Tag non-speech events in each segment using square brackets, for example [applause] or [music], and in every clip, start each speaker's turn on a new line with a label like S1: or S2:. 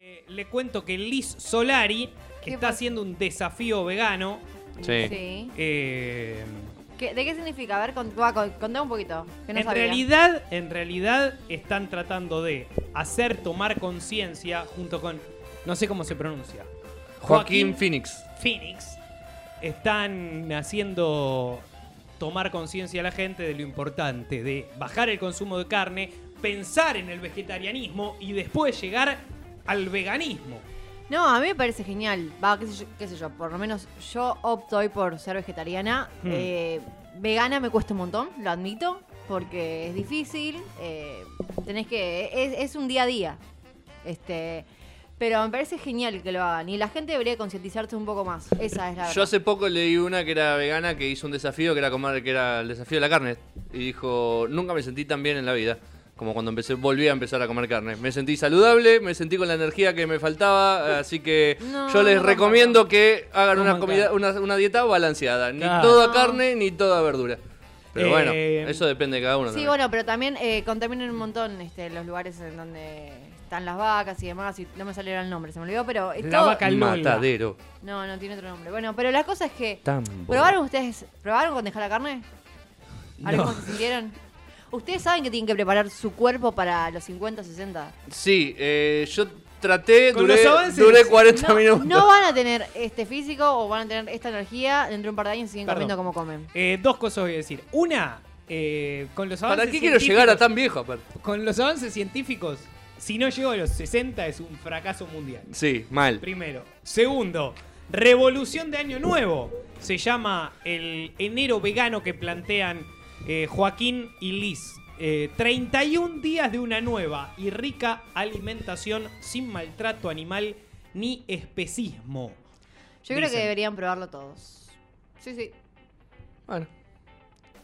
S1: Eh, le cuento que Liz Solari, que
S2: ¿Qué
S1: está
S2: pas-
S1: haciendo un desafío vegano,
S3: Sí.
S2: Sí.
S1: eh,
S2: ¿Qué- ¿De qué significa? A ver, cont- va, con- contame un poquito. Que no
S1: en,
S2: sabía.
S1: realidad, en realidad están tratando de hacer tomar conciencia junto con, no sé cómo se pronuncia,
S3: Joaquín Phoenix.
S1: Phoenix están haciendo tomar conciencia a la gente de lo importante de bajar el consumo de carne, pensar en el vegetarianismo y después llegar al veganismo.
S2: No, a mí me parece genial. Va, qué sé yo, qué sé yo, por lo menos yo opto hoy por ser vegetariana.
S1: Hmm.
S2: Eh, vegana me cuesta un montón, lo admito, porque es difícil. eh, tenés que. Es, es un día a día. Este. Pero me parece genial que lo hagan. Y la gente debería concientizarse un poco más. Esa es la
S3: Yo
S2: verdad.
S3: hace poco leí una que era vegana que hizo un desafío que era comer, que era el desafío de la carne. Y dijo, nunca me sentí tan bien en la vida. Como cuando empecé, volví a empezar a comer carne. Me sentí saludable, me sentí con la energía que me faltaba, así que
S2: No,
S3: yo les
S2: no
S3: recomiendo que hagan una
S1: Coman
S3: comida, una, una dieta balanceada. Ni
S1: Claro.
S3: toda
S2: No.
S3: carne, ni toda verdura. Pero
S1: Eh,
S3: bueno, eso depende de cada uno.
S2: Sí,
S3: también.
S2: bueno, pero también eh, contaminan un montón este, los lugares en donde están las vacas y demás. Y no me salió el nombre, se me olvidó, pero. es
S1: La
S2: todo-
S1: vaca Lola.
S3: Matadero.
S2: No, no tiene otro nombre. Bueno, pero la cosa es que.
S3: Tambo.
S2: ¿Probaron ustedes? ¿Probaron con dejar la carne? A ver cómo se sintieron. Ustedes saben que tienen que preparar su cuerpo para los 50, 60.
S3: Sí, eh, yo traté,
S1: Con
S3: duré,
S1: los avances-
S3: duré 40
S2: No,
S3: minutos.
S2: no van a tener este físico o van a tener esta energía dentro de un par de años y siguen
S1: Perdón.
S2: comiendo como comen.
S1: Eh, dos cosas voy a decir. Una, eh, con los avances
S3: ¿Para qué quiero llegar a
S1: científicos-
S3: tan viejo? aparte?
S1: Con los avances científicos, si no llego a los 60 es un fracaso mundial.
S3: Sí, mal.
S1: Primero. Segundo, Revolución de Año Nuevo. Se llama el enero vegano que plantean eh, Joaquín y Liz. Eh, 31 días de una nueva y rica alimentación sin maltrato animal ni especismo.
S2: Yo creo que
S1: Dicen.
S2: deberían probarlo todos. Sí, sí.
S3: Bueno.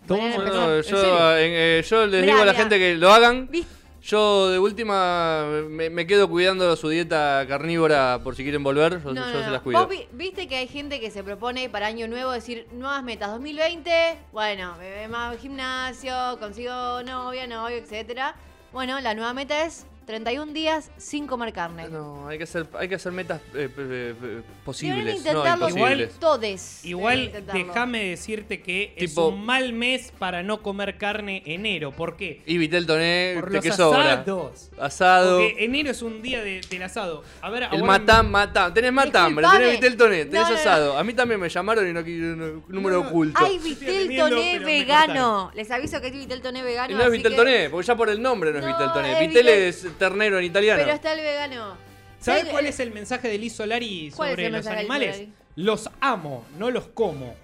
S2: Deberían
S3: Bueno,
S2: empezar. Eh, ¿En serio?
S3: yo, eh, eh, yo les
S2: Mirá,
S3: digo a la
S2: mirá.
S3: gente que lo hagan.
S2: ¿Viste?
S3: Yo de última me, me quedo cuidando su dieta carnívora por si quieren volver.
S2: No,
S3: Yo, yo
S2: no,
S3: se
S2: no.
S3: las cuido.
S2: Vos vi- viste que hay gente que se propone para año nuevo decir nuevas metas 2020, bueno, me voy más al gimnasio, consigo novia, novio, etcétera. Bueno, la nueva meta es 31 días sin comer carne.
S3: No, hay que hacer, hay que hacer metas eh, eh, eh,
S2: Deberían
S3: posibles, no
S2: intentarlo
S3: imposibles.
S2: todos.
S1: Igual déjame decirte que
S3: Tipo-
S1: es un mal mes para no comer carne enero. ¿Por qué?
S3: Y Vitel Toné,
S1: Por
S3: te
S1: los
S3: que sobra.
S1: asados.
S3: Asado.
S1: Porque eh, enero es un día de- del asado. A ver,
S3: El
S1: ahora-
S3: matam, matam. Tenés matambre,
S2: Disculpame.
S3: tenés Vitel Toné, tenés
S2: No, no, no.
S3: asado. A mí también me llamaron y no quiero no, número oculto.
S2: Hay
S1: Estoy
S2: vitel
S1: atendiendo,
S2: toné
S1: pero me
S2: vegano. Les aviso que es vitel toné
S3: Y
S2: vegano.
S3: no es
S2: así
S3: Vitel
S2: que-
S3: Toné, porque ya por el nombre no es
S2: No,
S3: Vitel
S2: es
S3: Toné. Vitel
S2: Vitel-
S3: es ternero en italiano.
S2: Pero está el vegano.
S1: ¿Sabes
S2: Sí,
S1: cuál
S2: el-
S1: es el mensaje de Liz Solari
S2: ¿Cuál es
S1: sobre
S2: el
S1: los
S2: mensaje de Liz
S1: animales?
S2: Solari?
S1: Los amo, no los como.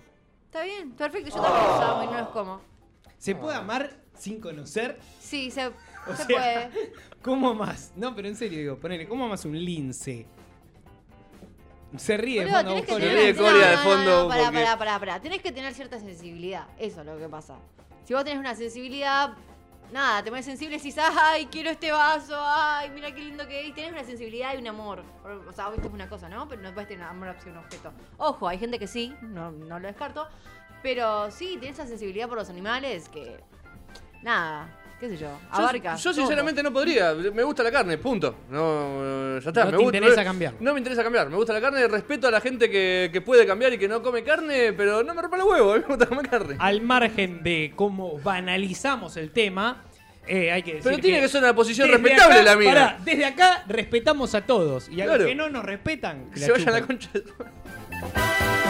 S2: Está bien, perfecto. Yo
S1: Oh.
S2: también los amo y no los como.
S1: ¿Se
S3: Ah.
S1: puede amar sin conocer?
S2: Sí, se,
S1: O sea,
S2: se puede.
S1: ¿Cómo más? No, pero en serio digo, ponele, ¿cómo más un lince? Se ríe,
S2: Boludo,
S1: Fernando
S2: tenés que
S1: Bocolo.
S3: Lo vi
S2: tener
S3: de Coria de
S2: no, no,
S3: fondo
S2: no, pará,
S3: porque-
S2: pará, pará, pará. Tenés que tener cierta sensibilidad. Eso es lo que pasa. Si vos tenés una sensibilidad, nada, te pones sensible y decís, ay, quiero este vaso, ay, mira qué lindo que es. Tenés una sensibilidad y un amor. O sea, esto es una cosa, ¿no? Pero no puedes tener amor hacia un objeto. Ojo, hay gente que sí, no, no lo descarto. Pero sí, tenés esa sensibilidad por los animales que. Nada, qué sé yo,
S3: Yo-
S2: abarca.
S3: Yo,
S2: todo.
S3: sinceramente no podría. Me gusta la carne, punto. No, eh, ya está.
S1: No
S3: me
S1: te
S3: gusta-
S1: interesa
S3: no-
S1: cambiar.
S3: No me interesa cambiar. Me gusta la carne. Respeto a la gente que, que puede cambiar y que no come carne, pero no me rompa los huevos. [laughs] Me gusta comer carne.
S1: Al margen de cómo banalizamos el tema, eh, hay que decir
S3: pero tiene que, ser una posición
S1: desde
S3: respetable
S1: acá-
S3: la mía.
S1: pará, desde acá respetamos a todos. Y a
S3: Claro.
S1: los que no nos respetan,
S3: que
S1: la
S3: se vaya a la
S1: chupan.
S3: concha. de su-